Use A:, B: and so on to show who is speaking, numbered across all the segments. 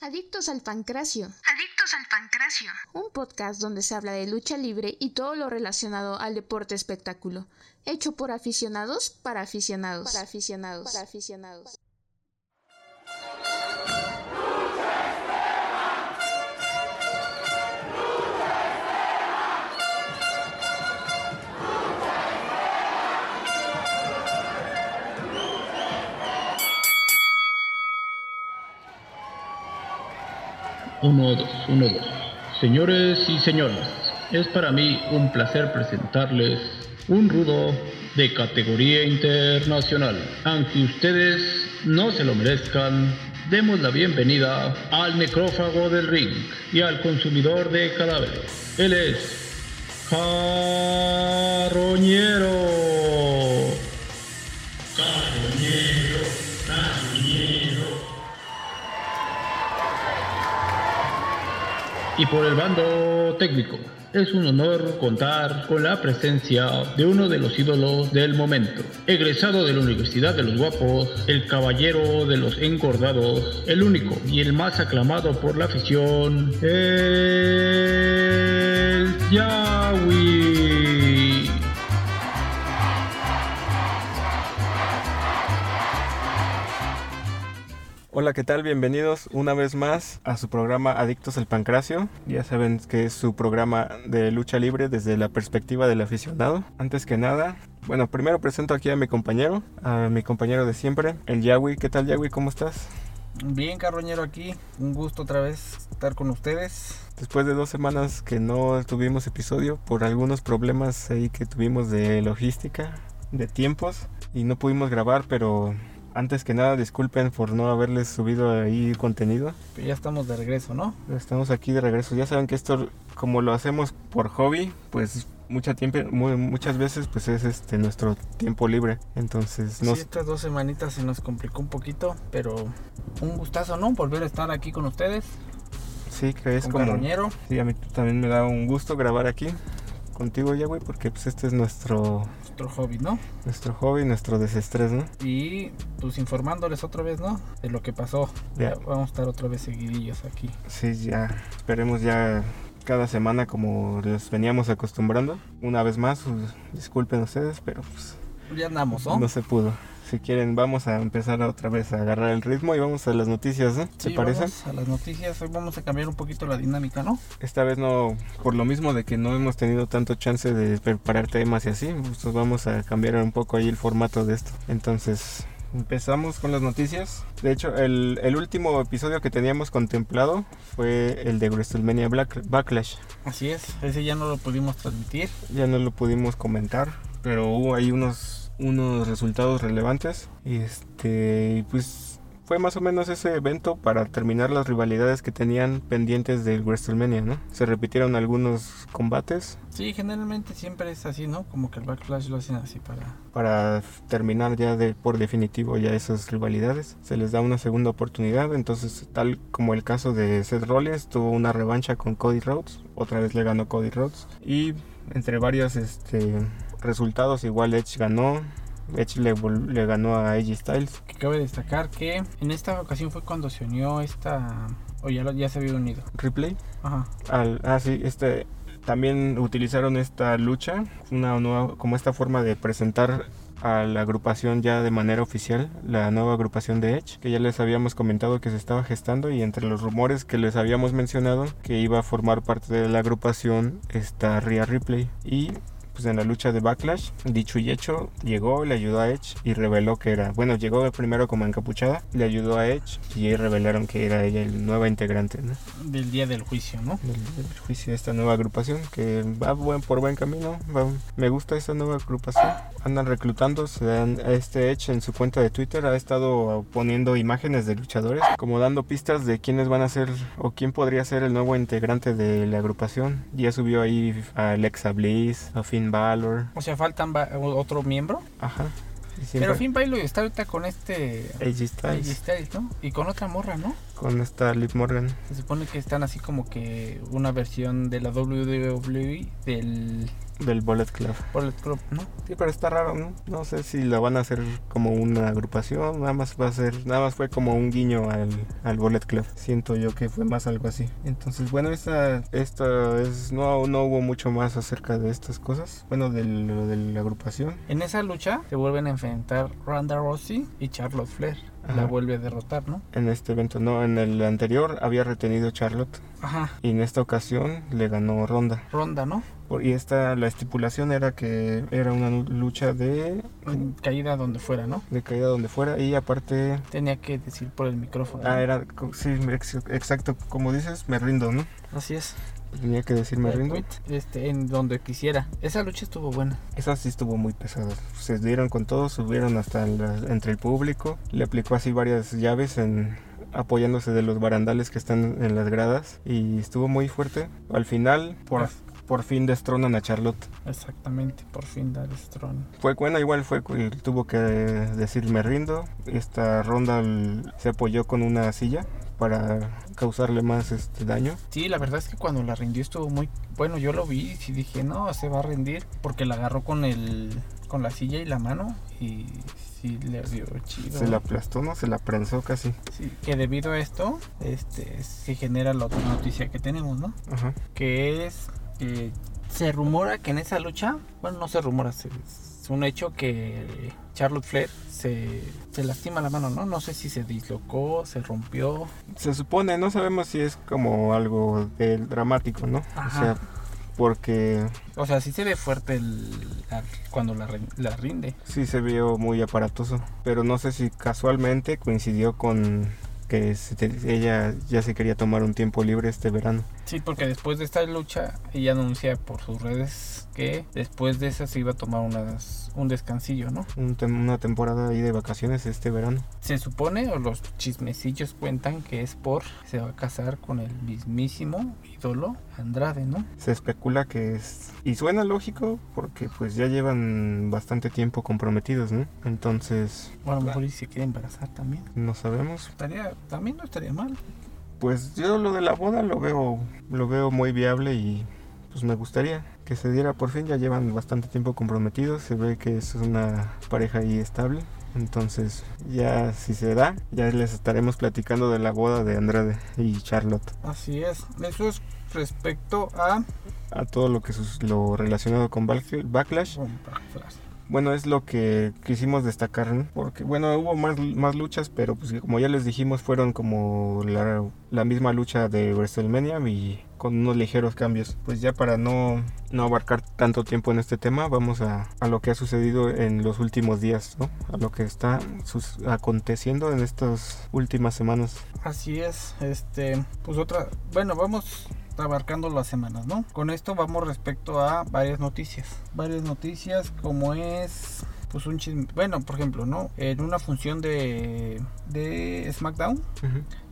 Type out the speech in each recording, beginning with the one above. A: Adictos al Pancracio.
B: Adictos al Pancracio.
A: Un podcast donde se habla de lucha libre y todo lo relacionado al deporte espectáculo. Hecho por aficionados para aficionados. Para aficionados. Para aficionados.
C: Uno, dos, uno, dos. Señores y señoras, es para mí un placer presentarles un rudo de categoría internacional. Aunque ustedes no se lo merezcan, demos la bienvenida al necrófago del ring y al consumidor de cadáveres. Él es Carroñero. Carroñero, Carroñero. y por el bando técnico. Es un honor contar con la presencia de uno de los ídolos del momento, egresado de la Universidad de los Guapos, el caballero de los engordados, el único y el más aclamado por la afición, el Yahweh.
D: Hola, ¿qué tal? Bienvenidos una vez más a su programa Adictos al Pancracio. Ya saben que es su programa de lucha libre desde la perspectiva del aficionado. Antes que nada, bueno, primero presento aquí a mi compañero, a mi compañero de siempre, el Yahweh. ¿Qué tal, Yahweh? ¿Cómo estás?
E: Bien, carroñero aquí. Un gusto otra vez estar con ustedes.
D: Después de dos semanas que no tuvimos episodio por algunos problemas ahí que tuvimos de logística, de tiempos, y no pudimos grabar, pero antes que nada, disculpen por no haberles subido ahí contenido.
E: Pero ya estamos de regreso, ¿no?
D: Estamos aquí de regreso. Ya saben que esto, como lo hacemos por hobby, pues mucha tiempo, muy, muchas veces pues es este nuestro tiempo libre. Entonces,
E: nos... sí, estas dos semanitas se nos complicó un poquito, pero un gustazo, ¿no? Volver a estar aquí con ustedes.
D: Sí, que es
E: con
D: como...
E: Carroñero.
D: Sí, a mí también me da un gusto grabar aquí contigo ya, güey, porque pues este es nuestro...
E: Nuestro hobby, ¿no?
D: Nuestro hobby, nuestro desestrés, ¿no?
E: Y pues informándoles otra vez, ¿no? De lo que pasó. Ya. ya vamos a estar otra vez seguidillos aquí.
D: Sí, ya. Esperemos ya cada semana como les veníamos acostumbrando. Una vez más, pues, disculpen ustedes, pero pues...
E: Ya andamos, ¿no?
D: No se pudo. Si quieren, vamos a empezar otra vez a agarrar el ritmo y vamos a las noticias, ¿eh?
E: ¿Te sí, parece? Vamos a las noticias, hoy vamos a cambiar un poquito la dinámica, ¿no?
D: Esta vez no, por lo mismo de que no hemos tenido tanto chance de preparar temas y así, pues vamos a cambiar un poco ahí el formato de esto. Entonces, empezamos con las noticias. De hecho, el, el, último episodio que teníamos contemplado fue el de WrestleMania Black, Backlash.
E: Así es, ese ya no lo pudimos transmitir.
D: Ya no lo pudimos comentar, pero hubo ahí unos, unos resultados relevantes. Y este, pues fue más o menos ese evento para terminar las rivalidades que tenían pendientes del WrestleMania, ¿no? Se repitieron algunos combates.
E: Sí, generalmente siempre es así, ¿no? Como que el Backlash lo hacen así para...
D: Para terminar ya de, por definitivo ya esas rivalidades. Se les da una segunda oportunidad, entonces tal como el caso de Seth Rollins, tuvo una revancha con Cody Rhodes, otra vez le ganó Cody Rhodes. Y entre varios este, resultados, igual Edge ganó, Edge le, le, ganó a AJ Styles.
E: Que cabe destacar que en esta ocasión fue cuando se unió esta. O oh, ya, lo, ya se había unido.
D: Replay.
E: Ajá.
D: Al, ah, sí, este. También utilizaron esta lucha, una nueva, como esta forma de presentar a la agrupación ya de manera oficial, la nueva agrupación de Edge, que ya les habíamos comentado que se estaba gestando y entre los rumores que les habíamos mencionado que iba a formar parte de la agrupación está Rhea Ripley y pues en la lucha de Backlash, dicho y hecho, llegó, le ayudó a Edge y reveló que era, bueno, llegó primero como encapuchada, le ayudó a Edge y ahí revelaron que era ella el nueva integrante, ¿no?
E: Del día del juicio, ¿no?
D: Del día del juicio de esta nueva agrupación que va buen, por buen camino, va, me gusta esta nueva agrupación, andan reclutando, se dan, este Edge en su cuenta de Twitter ha estado poniendo imágenes de luchadores, como dando pistas de quiénes van a ser o quién podría ser el nuevo integrante de la agrupación, ya subió ahí a Alexa Bliss, a Finn Balor.
E: O sea, faltan otro miembro.
D: Ajá.
E: Pero Finn Balor está ahorita con este...
D: AJ Styles.
E: Styles. ¿no? Y con otra morra, ¿no?
D: Con esta Liv Morgan.
E: Se supone que están así como que una versión de la WWE E del
D: del Bullet Club.
E: Bullet Club, ¿no?
D: Sí, pero está raro, ¿no? No sé si la van a hacer como una agrupación, nada más va a ser, nada más fue como un guiño al, al Bullet Club. Siento yo que fue más algo así. Entonces, bueno, esta, esta es, no, no hubo mucho más acerca de estas cosas, bueno, de, lo de la agrupación.
E: En esa lucha se vuelven a enfrentar Ronda Rousey y Charlotte Flair. La
D: Ajá.
E: vuelve a derrotar, ¿no?
D: En este evento, no, en el anterior había retenido Charlotte
E: Ajá.
D: y en esta ocasión le ganó Ronda.
E: Ronda, ¿no?
D: Por- Y esta, la estipulación era que era una nu- lucha de,
E: Caída donde fuera, ¿no?
D: de caída donde fuera y aparte
E: Tenía que decir por el micrófono.
D: Ah, era, co- sí, ex- exacto, como dices, me rindo, ¿no?
E: Así es.
D: Tenía que decir me
E: I
D: rindo.
E: quit, Este, en donde quisiera. Esa lucha estuvo buena.
D: Esa sí estuvo muy pesada. Se dieron con todo, subieron hasta la- entre el público. Le aplicó así varias llaves en apoyándose de los barandales que están en las gradas y estuvo muy fuerte. Al final, por,
E: Ah.
D: por fin destronan a Charlotte.
E: Exactamente, por fin da Strong.
D: Fue bueno, igual fue cu- tuvo que decir me rindo. Esta ronda l- se apoyó con una silla para causarle más este, daño.
E: Sí, la verdad es que cuando la rindió estuvo muy bueno. Yo lo vi y sí dije, no, se va a rendir porque la agarró con el con la silla y la mano y sí le dio chido.
D: Se la aplastó, ¿no? Se la prensó casi.
E: Sí, que debido a esto, este, se genera la otra noticia que tenemos, ¿no?
D: Ajá.
E: Que es que se rumora que en esa lucha, bueno, no se rumora, se- es un hecho que Charlotte Flair se, se lastima la mano, ¿no? No sé si se dislocó, se rompió.
D: Se supone, no sabemos si es como algo del dramático, ¿no?
E: Ajá.
D: O sea, porque
E: O sea, sí se ve fuerte el- la- cuando la, rin- la rinde.
D: sí se vio muy aparatoso. Pero no sé si casualmente coincidió con que se te- ella ya se quería tomar un tiempo libre este verano.
E: Sí, porque después de esta lucha, ella anuncia por sus redes que después de esa se iba a tomar unas, un descansillo, ¿no?
D: Un tem- una temporada ahí de vacaciones este verano.
E: Se supone, o los chismecillos cuentan, que es por se va a casar con el mismísimo ídolo Andrade, ¿no?
D: Se especula que es... Y suena lógico porque pues ya llevan bastante tiempo comprometidos, ¿no? Entonces,
E: O a lo mejor y se quiere embarazar también.
D: no sabemos.
E: Estaría, también no estaría mal.
D: Pues yo lo de la boda lo veo, lo veo muy viable y pues me gustaría que se diera por fin. Ya llevan bastante tiempo comprometidos, se ve que es una pareja ahí estable. Entonces ya si se da, ya les estaremos platicando de la boda de Andrade y Charlotte.
E: Así es. Eso es respecto a...
D: A todo lo que sus- lo relacionado con Back- Backlash. Bueno, es lo que quisimos destacar, ¿no? Porque, bueno, hubo más, más luchas, pero pues como ya les dijimos, fueron como la, la misma lucha de WrestleMania y con unos ligeros cambios. Pues ya para no, no abarcar tanto tiempo en este tema, vamos a, a lo que ha sucedido en los últimos días, ¿no? A lo que está sus- aconteciendo en estas últimas semanas.
E: Así es, este, pues otra, bueno, vamos abarcando las semanas, ¿no? Con esto vamos respecto a varias noticias, varias noticias como es, pues un chisme, bueno, por ejemplo, ¿no? En una función de, de SmackDown,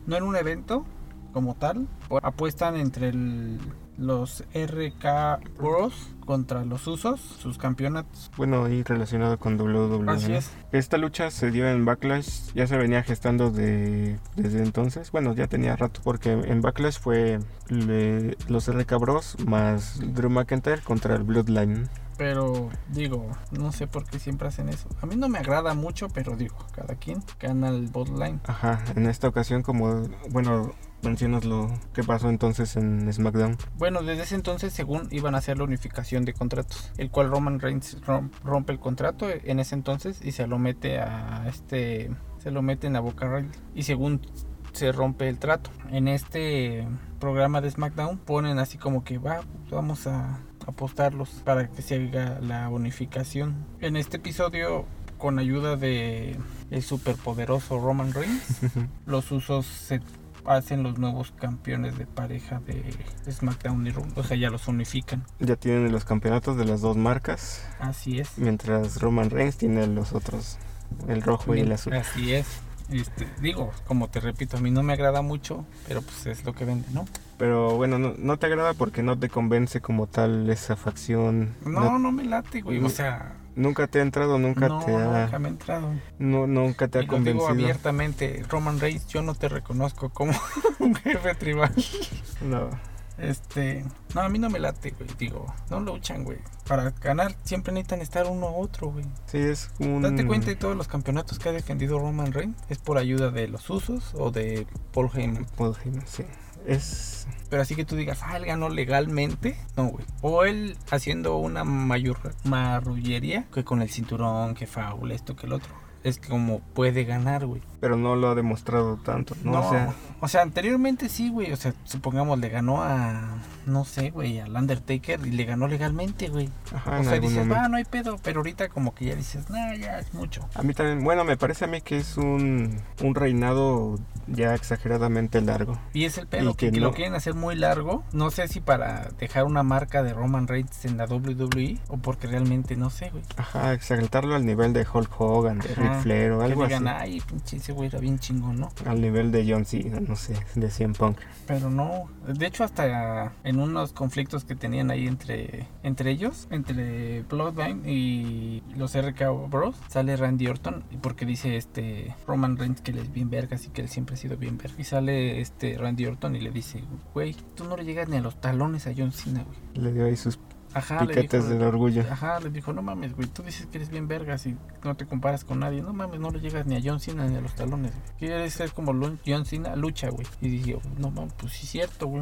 E: no en un evento como tal, o- apuestan entre el- los RK Bros contra los Usos, sus campeonatos.
D: Bueno, ahí relacionado con WWE.
E: Así
D: ¿no?
E: es.
D: Esta lucha se dio en Backlash, ya se venía gestando de- desde entonces, bueno, ya tenía rato, porque en Backlash fue le- los RK Bros más Drew McIntyre contra el Bloodline.
E: Pero digo, no sé por qué siempre hacen eso. A mí no me agrada mucho, pero digo, cada quien gana el botline.
D: Ajá, en esta ocasión como, bueno, mencionas lo que pasó entonces en SmackDown.
E: Bueno, desde ese entonces, según iban a hacer la unificación de contratos, el cual Roman Reigns rom- rompe el contrato en ese entonces y se lo mete a este, se lo meten a Boca Riley. Y según se rompe el trato. En este programa de SmackDown ponen así como que va, vamos a apostarlos para que se haga la unificación. En este episodio, con ayuda de el superpoderoso Roman Reigns, los usos se hacen los nuevos campeones de pareja de SmackDown y Raw. O sea, ya los unifican.
D: Ya tienen los campeonatos de las dos marcas,
E: Así es.
D: mientras Roman Reigns tiene los otros, el rojo y el azul.
E: Así es. Este, digo, como te repito, a mí no me agrada mucho, pero pues es lo que vende, ¿no?
D: Pero bueno, no, no te agrada porque no te convence como tal esa facción.
E: No,
D: No-
E: no me late, güey. O sea,
D: nunca te ha entrado, nunca
E: no,
D: te ha...
E: nunca me he entrado.
D: No, nunca te
E: Y
D: ha
E: lo digo
D: convencido.
E: abiertamente, Roman Reigns, yo no te reconozco como un jefe tribal.
D: No.
E: Este, no, a mí no me late, güey. Digo, no luchan, güey. Para ganar siempre necesitan estar uno a otro, güey.
D: Sí, es un...
E: Date cuenta de todos los campeonatos que ha defendido Roman Reigns es por ayuda de los usos o de Paul Heyman.
D: Paul Heyman, Pues, sí. Es...
E: Pero así que tú digas, ah, él ganó legalmente. No, güey. O él haciendo una mayor marrullería que con el cinturón, que faul, esto, que el otro. Es como puede ganar, güey.
D: Pero no lo ha demostrado tanto, ¿no?
E: No,
D: O sea,
E: anteriormente sí, güey. O sea, supongamos le ganó a, no sé, güey, al Undertaker y le ganó legalmente, güey.
D: ajá,
E: O
D: en
E: sea,
D: algún
E: dices,
D: momento.
E: ah, no hay pedo. Pero ahorita como que ya dices, nah, ya es mucho.
D: A mí también, bueno, me parece a mí que es un, un reinado ya exageradamente largo.
E: Y es el pedo,
D: Y
E: que,
D: que
E: lo
D: no-
E: quieren hacer muy largo. No sé si para dejar una marca de Roman Reigns en la WWE o porque realmente no sé, güey.
D: Ajá, exaltarlo al nivel de Hulk Hogan, de
E: Ajá,
D: Ric Flair o
E: Que
D: algo así.
E: digan, "Ah". ay, pinche ese güey era bien chingón, ¿no?
D: Al nivel de John Cena, no sé, de CM Punk.
E: Pero no. De hecho, hasta en unos conflictos que tenían ahí entre, entre ellos, entre Bloodline y los RKO Bros, sale Randy Orton y porque dice este Roman Reigns que él es bien verga, así que él siempre ha sido bien verga. Y sale este Randy Orton y le dice, güey, tú no le llegas ni a los talones a John Cena, güey.
D: Le dio ahí sus
E: Ajá, Ah, le
D: piquetes
E: dijo-
D: del orgullo.
E: Ajá, le dijo, no mames, güey, tú dices que eres bien vergas y no te comparas con nadie. No mames, no le llegas ni a John Cena ni a los talones, güey. Quieres ser como Lon- John Cena, lucha, güey. Y dije, no mames, pues sí es cierto, güey.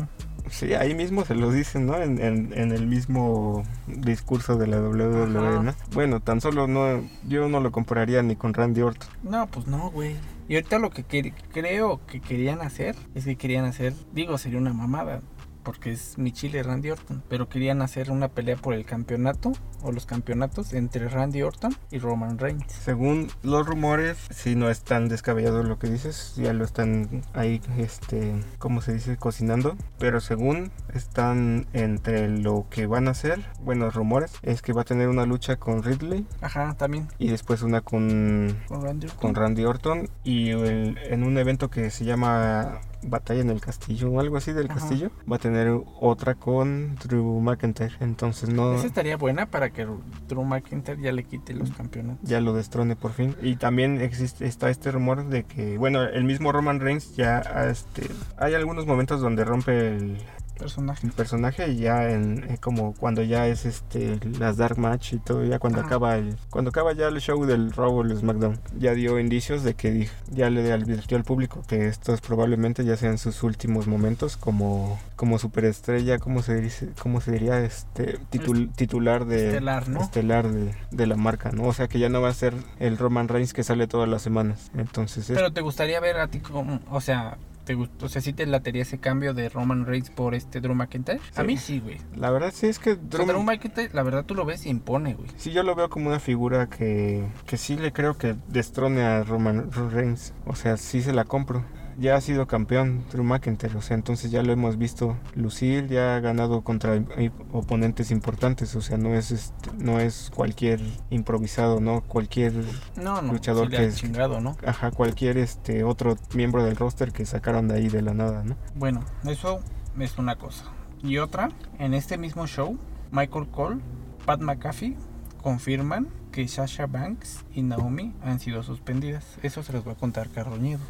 D: Sí, ahí mismo se los dicen, ¿no? En, en- en el mismo discurso de la WWE,
E: Ajá.
D: ¿no? Bueno, tan solo no, yo no lo compararía ni con Randy Orton.
E: No, pues no, güey. Y ahorita lo que quer- creo que querían hacer es que querían hacer, digo, sería una mamada. Porque es mi chile Randy Orton. Pero querían hacer una pelea por el campeonato o los campeonatos entre Randy Orton y Roman Reigns.
D: Según los rumores, si no es tan descabellado lo que dices, ya lo están ahí, este, ¿cómo se dice? Cocinando. Pero según están entre lo que van a hacer, buenos rumores, es que va a tener una lucha con Ridley
E: Ajá, también
D: y después una con,
E: con Randy Orton.
D: con Randy Orton y el- en un evento que se llama Batalla en el Castillo o algo así del
E: Ajá.
D: Castillo, va a tener otra con Drew McIntyre. Entonces no...
E: Esa estaría buena para que Drew McIntyre ya le quite los campeonatos.
D: ya lo destrone por fin. Y también existe, está este rumor de que, bueno, el mismo Roman Reigns ya, este, hay algunos momentos donde rompe el,
E: Personaje.
D: el personaje y ya en, eh, como cuando ya es, este, las Dark Match y todo, ya cuando
E: Ajá.
D: acaba el, cuando acaba ya el show del Raw o el SmackDown, ya dio indicios de que di- ya le advirtió al público que estos probablemente ya sean sus últimos momentos como, como superestrella, como se dice, como se diría, este, titul- titular de
E: Estelar, ¿no?
D: estelar de, de la marca, ¿no? O sea que ya no va a ser el Roman Reigns que sale todas las semanas. Entonces, es-
E: Pero te gustaría ver a ti como, o sea, te gustó, o sea, si te latería ese cambio de Roman Reigns por este Drew McIntyre? A
D: Sí.
E: mí sí, güey. O
D: la verdad sí es que
E: sea, Drew
D: Roman-
E: McIntyre, la verdad tú lo ves y impone, güey.
D: sí yo lo veo como una figura que, que sí le creo que destrone a Roman Reigns. O sea, sí se la compro. Ya ha sido campeón Drew McIntyre, o sea, entonces ya lo hemos visto lucir, ya ha ganado contra i- oponentes importantes, o sea, no es este- no es cualquier improvisado, no cualquier
E: No, no,
D: Luchador
E: sí le
D: que
E: ha
D: es-
E: chingado, ¿no?
D: ajá, cualquier este otro miembro del roster que sacaron de ahí de la nada, ¿no?
E: Bueno, eso es una cosa. Y otra, en este mismo show, Michael Cole, Pat McAfee confirman que Sasha Banks y Naomi han sido suspendidas. Eso se los va a contar Carlos Nieto.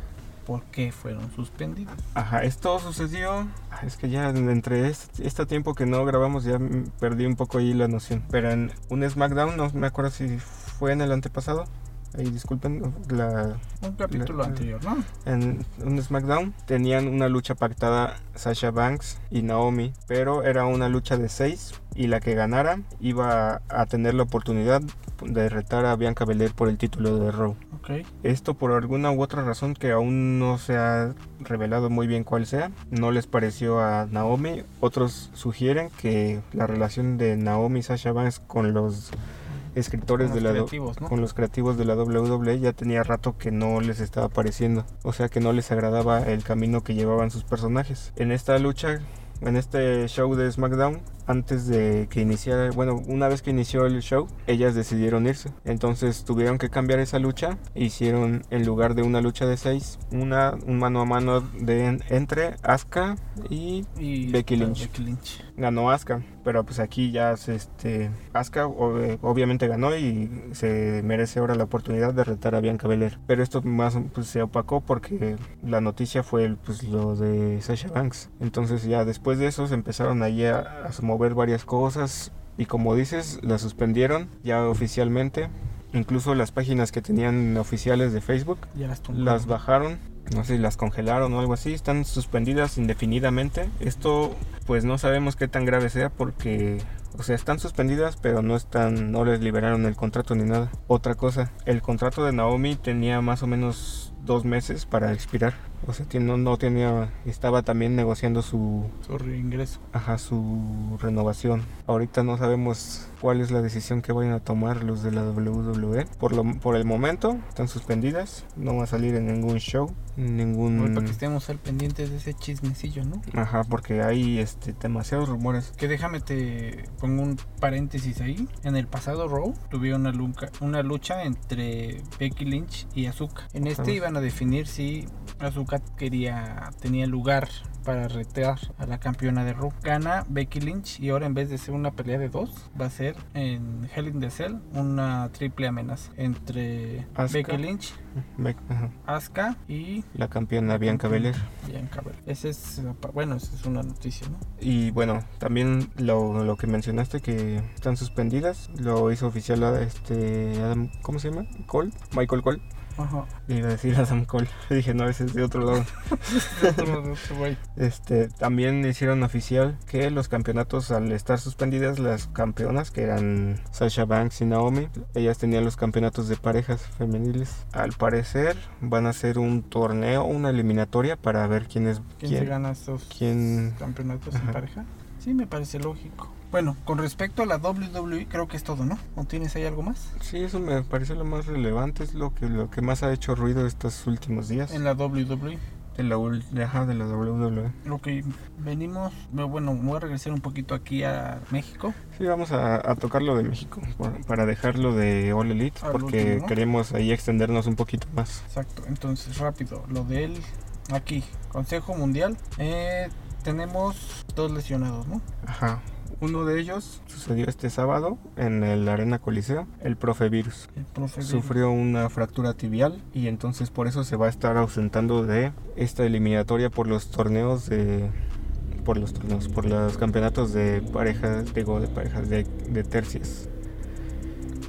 E: ¿Por qué fueron suspendidas?
D: Ajá, esto sucedió. Ah, Es que ya entre este, este tiempo que no grabamos ya mm, perdí un poco ahí la noción. Pero en un SmackDown, no me acuerdo si fue en el antepasado. Ahí disculpen, la,
E: Un capítulo
D: La-
E: anterior, ¿no?
D: en un SmackDown tenían una lucha pactada Sasha Banks y Naomi, pero era una lucha de seis y la que ganara iba a tener la oportunidad de retar a Bianca Belair por el título de Raw.
E: Ok.
D: Esto por alguna u otra razón que aún no se ha revelado muy bien cuál sea, no les pareció a Naomi. Otros sugieren que la relación de Naomi y Sasha Banks con los escritores
E: Con
D: de
E: los
D: la do-
E: creativos, ¿no?
D: con los creativos de la WWE ya tenía rato que no les estaba pareciendo, o sea que no les agradaba el camino que llevaban sus personajes. En esta lucha, en este show de SmackDown, antes de que iniciara, bueno, una vez que inició el show, ellas decidieron irse. Entonces tuvieron que cambiar esa lucha. Hicieron en lugar de una lucha de seis, una un mano a mano de entre Asuka y,
E: Y
D: Becky Lynch.
E: Becky Lynch.
D: ganó Asuka, pero pues aquí ya se, este Asuka ob- obviamente ganó y se merece ahora la oportunidad de retar a Bianca Belair. Pero esto más pues, se opacó porque la noticia fue pues lo de Sasha Banks. Entonces ya después de eso se empezaron ahí a, a mover varias cosas y como dices, la suspendieron ya oficialmente. Incluso las páginas que tenían oficiales de Facebook
E: Ya las tumbó.
D: las bajaron, no sé si las congelaron o algo así, están suspendidas indefinidamente. Esto pues no sabemos qué tan grave sea porque o sea, están suspendidas, pero no están no les liberaron el contrato ni nada. Otra cosa, el contrato de Naomi tenía más o menos dos meses para expirar. O sea, tiene- no, no tenía, estaba también negociando su,
E: Su reingreso.
D: ajá, su renovación. Ahorita no sabemos cuál es la decisión que vayan a tomar los de la WWE. Por, lo, por el momento están suspendidas, no va a salir en ningún show, en
E: Ay, Para que
D: ningún...
E: estemos al pendiente de ese chismecillo, ¿no?
D: Ajá, porque hay este, demasiados rumores.
E: Que déjame te pongo un paréntesis ahí. En el pasado Raw tuvieron una, lunca- una lucha entre Becky Lynch y Azuka. En este
D: Ajá.
E: iban a definir si Azuka quería, tenía lugar para retear a la campeona de Raw. Gana Becky Lynch y ahora en vez de ser una pelea de dos, va a ser en Hell in the Cell una triple amenaza entre
D: Asuka.
E: Becky Lynch,
D: Ve- ajá,
E: Asuka y
D: La campeona Bianca Belair.
E: Bianca Belair. Ese es, bueno, esa es una noticia, ¿no?
D: Y bueno, también lo, lo que mencionaste que están suspendidas, lo hizo oficial a este Adam, ¿cómo se llama? Cole, Michael Cole.
E: Ajá.
D: Iba a decir Adam Cole. Dije, no, ese es de otro lado.
E: Güey.
D: Este, también hicieron oficial que los campeonatos, al estar suspendidas las campeonas, que eran Sasha Banks y Naomi, ellas tenían los campeonatos de parejas femeniles. Al parecer van a hacer un torneo, una eliminatoria para ver quién es
E: ¿Quién, se
D: quién.
E: gana estos
D: ¿Quién?
E: campeonatos
D: Ajá.
E: en pareja? Sí, me parece lógico. Bueno, con respecto a la WWE, creo que es todo, ¿no? ¿O tienes ahí algo más?
D: Sí, eso me parece lo más relevante, es lo que, lo que más ha hecho ruido estos últimos días.
E: En la WWE.
D: De la, ul- ajá, de la WWE.
E: Lo que venimos, bueno, voy a regresar un poquito aquí a México.
D: Sí, vamos a, a tocar lo de México, por- para dejarlo de All Elite,
E: Al
D: porque
E: último, ¿no?
D: queremos ahí extendernos un poquito más.
E: Exacto, entonces rápido, lo de él aquí, Consejo Mundial. Eh, tenemos dos lesionados, ¿no?
D: Ajá. Uno de ellos sucedió este sábado en el Arena Coliseo, el profe virus.
E: El profe
D: Sufrió una fractura tibial y entonces por eso se va a estar ausentando de esta eliminatoria por los torneos de por los torneos, por los campeonatos de parejas, digo, de parejas de, de tercias.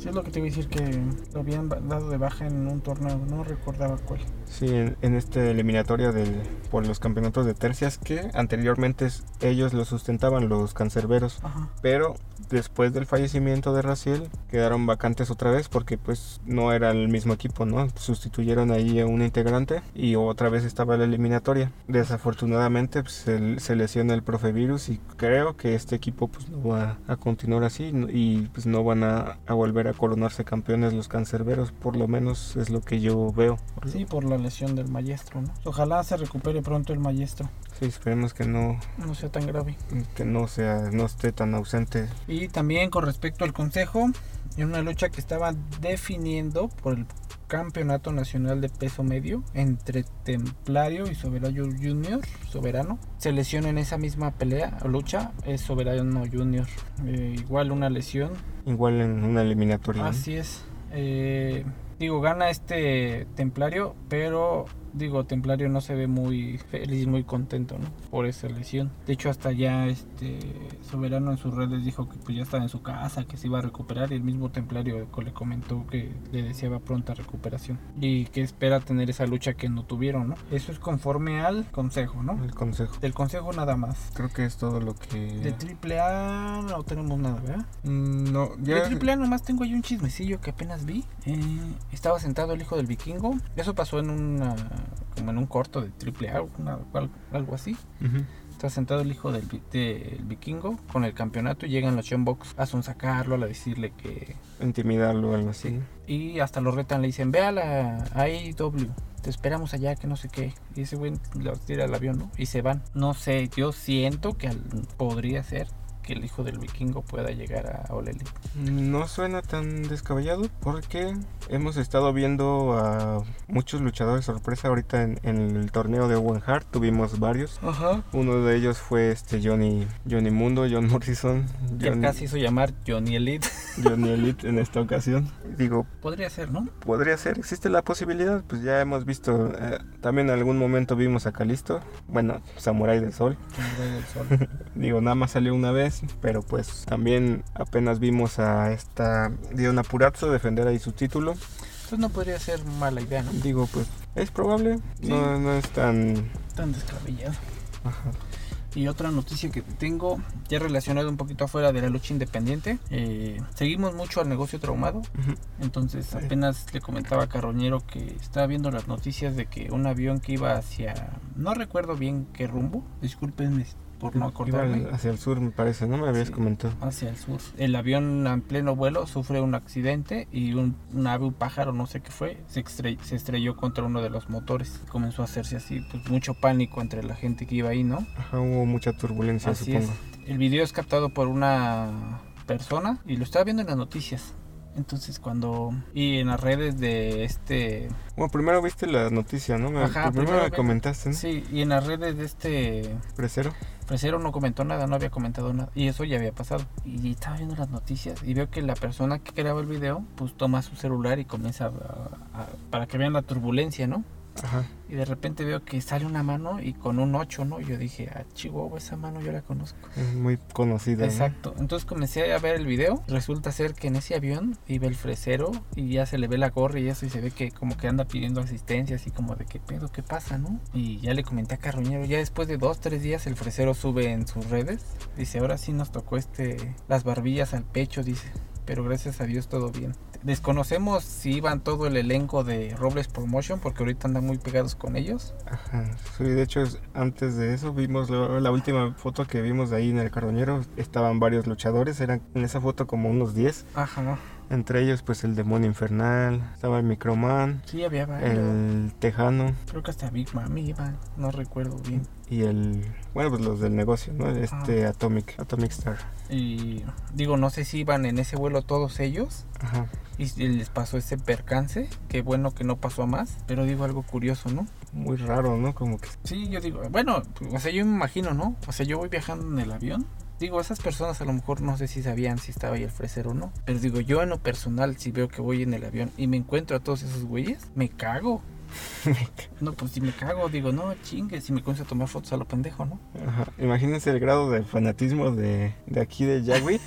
E: Sí, es lo que te iba a decir que lo habían ba- dado de baja en un torneo, no recordaba cuál.
D: Sí, en, en esta eliminatoria del, por los campeonatos de tercias que anteriormente es- ellos los sustentaban los cancerberos.
E: Ajá.
D: pero después del fallecimiento de Raciel quedaron vacantes otra vez porque pues no era el mismo equipo, ¿no? Sustituyeron ahí a un integrante y otra vez estaba la eliminatoria. Desafortunadamente pues, se, se lesiona el profe virus y creo que este equipo pues no va a continuar así no- y pues no van a, a volver a coronarse campeones los cancerberos, por lo menos es lo que yo veo.
E: Sí, por la lesión del maestro, ¿no? Ojalá se recupere pronto el maestro,
D: Sí, esperemos que no,
E: no sea tan grave.
D: que no sea, no esté tan ausente
E: Y también con respecto al consejo, en una lucha que estaba definiendo por el Campeonato Nacional de Peso Medio entre Templario y Soberano Junior, Soberano, se lesiona en esa misma pelea o lucha es Soberano Junior, Eh, igual una lesión,
D: igual en una eliminatoria. ¿no?
E: así es. Eh, digo, gana este Templario, pero digo, Templario no se ve muy feliz, muy contento, ¿no? Por esa lesión. De hecho, hasta ya este Soberano en sus redes dijo que pues ya estaba en su casa, que se iba a recuperar y el mismo Templario co- le comentó que le deseaba pronta recuperación y que espera tener esa lucha que no tuvieron, ¿no? Eso es conforme al consejo, ¿no?
D: El consejo.
E: Del consejo nada más.
D: Creo que es todo lo
E: De
D: que.
E: triple A no tenemos nada, ¿verdad?
D: Mm, No,
E: De
D: ya.
E: triple A nomás tengo ahí un chismecillo que apenas vi. Eh, estaba sentado el hijo del vikingo. Eso pasó en una como en un corto de triple A, una- al- algo así.
D: Ujú.
E: Está sentado el hijo del, vi- del vikingo con el campeonato y llegan los Chumbox a sonsacarlo, a decirle que...
D: Intimidarlo o algo así.
E: Y hasta lo retan, le dicen, ve a la AEW, te esperamos allá, que no sé qué. Y ese güey los tira al avión, ¿no? Y se van. No sé, yo siento que al- podría ser que el hijo del vikingo pueda llegar a All Elite.
D: No suena tan descabellado porque hemos estado viendo a muchos luchadores sorpresa ahorita en, en el torneo de Owen Hart. Tuvimos varios.
E: Ajá.
D: Uno de ellos fue este Johnny, Johnny Mundo, John Morrison,
E: Ya
D: Johnny,
E: casi hizo llamar Johnny Elite.
D: Johnny Elite en esta ocasión. Digo,
E: Podría ser, ¿no?
D: podría ser, existe la posibilidad. Pues ya hemos visto, eh, también en algún momento vimos a Calisto, bueno, Samurai del Sol.
E: Samurai del Sol.
D: Digo, nada más salió una vez, pero pues también apenas vimos a esta Diona Purazzo defender ahí su título.
E: Entonces no podría ser mala idea, ¿no?
D: Digo, pues es probable, no, no es tan...
E: Tan descabellado.
D: Ajá.
E: Y otra noticia que te tengo, ya relacionada un poquito afuera de la lucha independiente, eh, seguimos mucho al negocio traumado,
D: Ujú.
E: entonces apenas le comentaba a Carroñero que estaba viendo las noticias de que un avión que iba hacia, no recuerdo bien qué rumbo, discúlpenme por no
D: Iba
E: acordarme,
D: al- hacia el sur, me parece, ¿no? Me habías
E: Sí.
D: comentado.
E: hacia el sur. El avión en pleno vuelo sufre un accidente y un, un ave, un pájaro, no sé qué fue, se, estre- se estrelló contra uno de los motores. Comenzó a hacerse así, pues mucho pánico entre la gente que iba ahí, ¿no?
D: Ajá, hubo mucha turbulencia,
E: Así
D: supongo.
E: es. El video es captado por una persona y lo estaba viendo en las noticias. Entonces cuando... Y en las redes de este...
D: Bueno, primero viste la noticia, ¿no? Me-
E: Ajá,
D: primero,
E: primero
D: me
E: vi-
D: comentaste, ¿no?
E: Sí, y en las redes de este...
D: Fresero.
E: Fresero no comentó nada, no había comentado nada. Y eso ya había pasado. Y estaba viendo las noticias y veo que la persona que graba el video pues toma su celular y comienza a- a- para que vean la turbulencia, ¿no?
D: Ajá.
E: Y de repente veo que sale una mano y con un 8, ¿no? Yo dije, ah, Chihuahua, esa mano yo la conozco.
D: Es muy conocida. ¿no?
E: Exacto. Entonces comencé a ver el video. Resulta ser que en ese avión iba el fresero y ya se le ve la gorra y eso y se ve que como que anda pidiendo asistencia, así como de qué pedo, qué pasa, ¿no? Y ya le comenté a Carroñero, ya después de dos, tres días el fresero sube en sus redes. Dice, ahora sí nos tocó este, las barbillas al pecho, dice. Pero gracias a Dios todo bien. Desconocemos si iban todo el elenco de Robles Promotion porque ahorita andan muy pegados con ellos.
D: Ajá. Sí, de hecho, es- antes de eso vimos la, la última foto que vimos de ahí en el carroñero. Estaban varios luchadores, eran en esa foto como unos 10.
E: Ajá.
D: Entre ellos, pues el demonio infernal, estaba el Microman,
E: Sí, había varios.
D: el Tejano
E: Creo que hasta Big Mami iba, no recuerdo bien.
D: y el. Bueno, pues los del negocio,
E: Ah.
D: ¿no? Este Atomic, Atomic Star.
E: Y digo, no sé si iban en ese vuelo todos ellos
D: Ajá.
E: y si les pasó ese percance. Qué bueno que no pasó a más, pero digo algo curioso, ¿no?
D: Muy raro, ¿no? Como que.
E: Sí, yo digo, bueno, pues, o sea, yo me imagino, ¿no? O sea, yo voy viajando en el avión. Digo, esas personas a lo mejor no sé si sabían si estaba ahí el fresero o no. Pero digo, yo en lo personal, si veo que voy en el avión y me encuentro a todos esos güeyes, me cago. No, pues si me cago, digo, no, chingue, si me comienzo a tomar fotos a lo pendejo, ¿no?
D: Ajá. Imagínense el grado de fanatismo de, de aquí de Yagüi.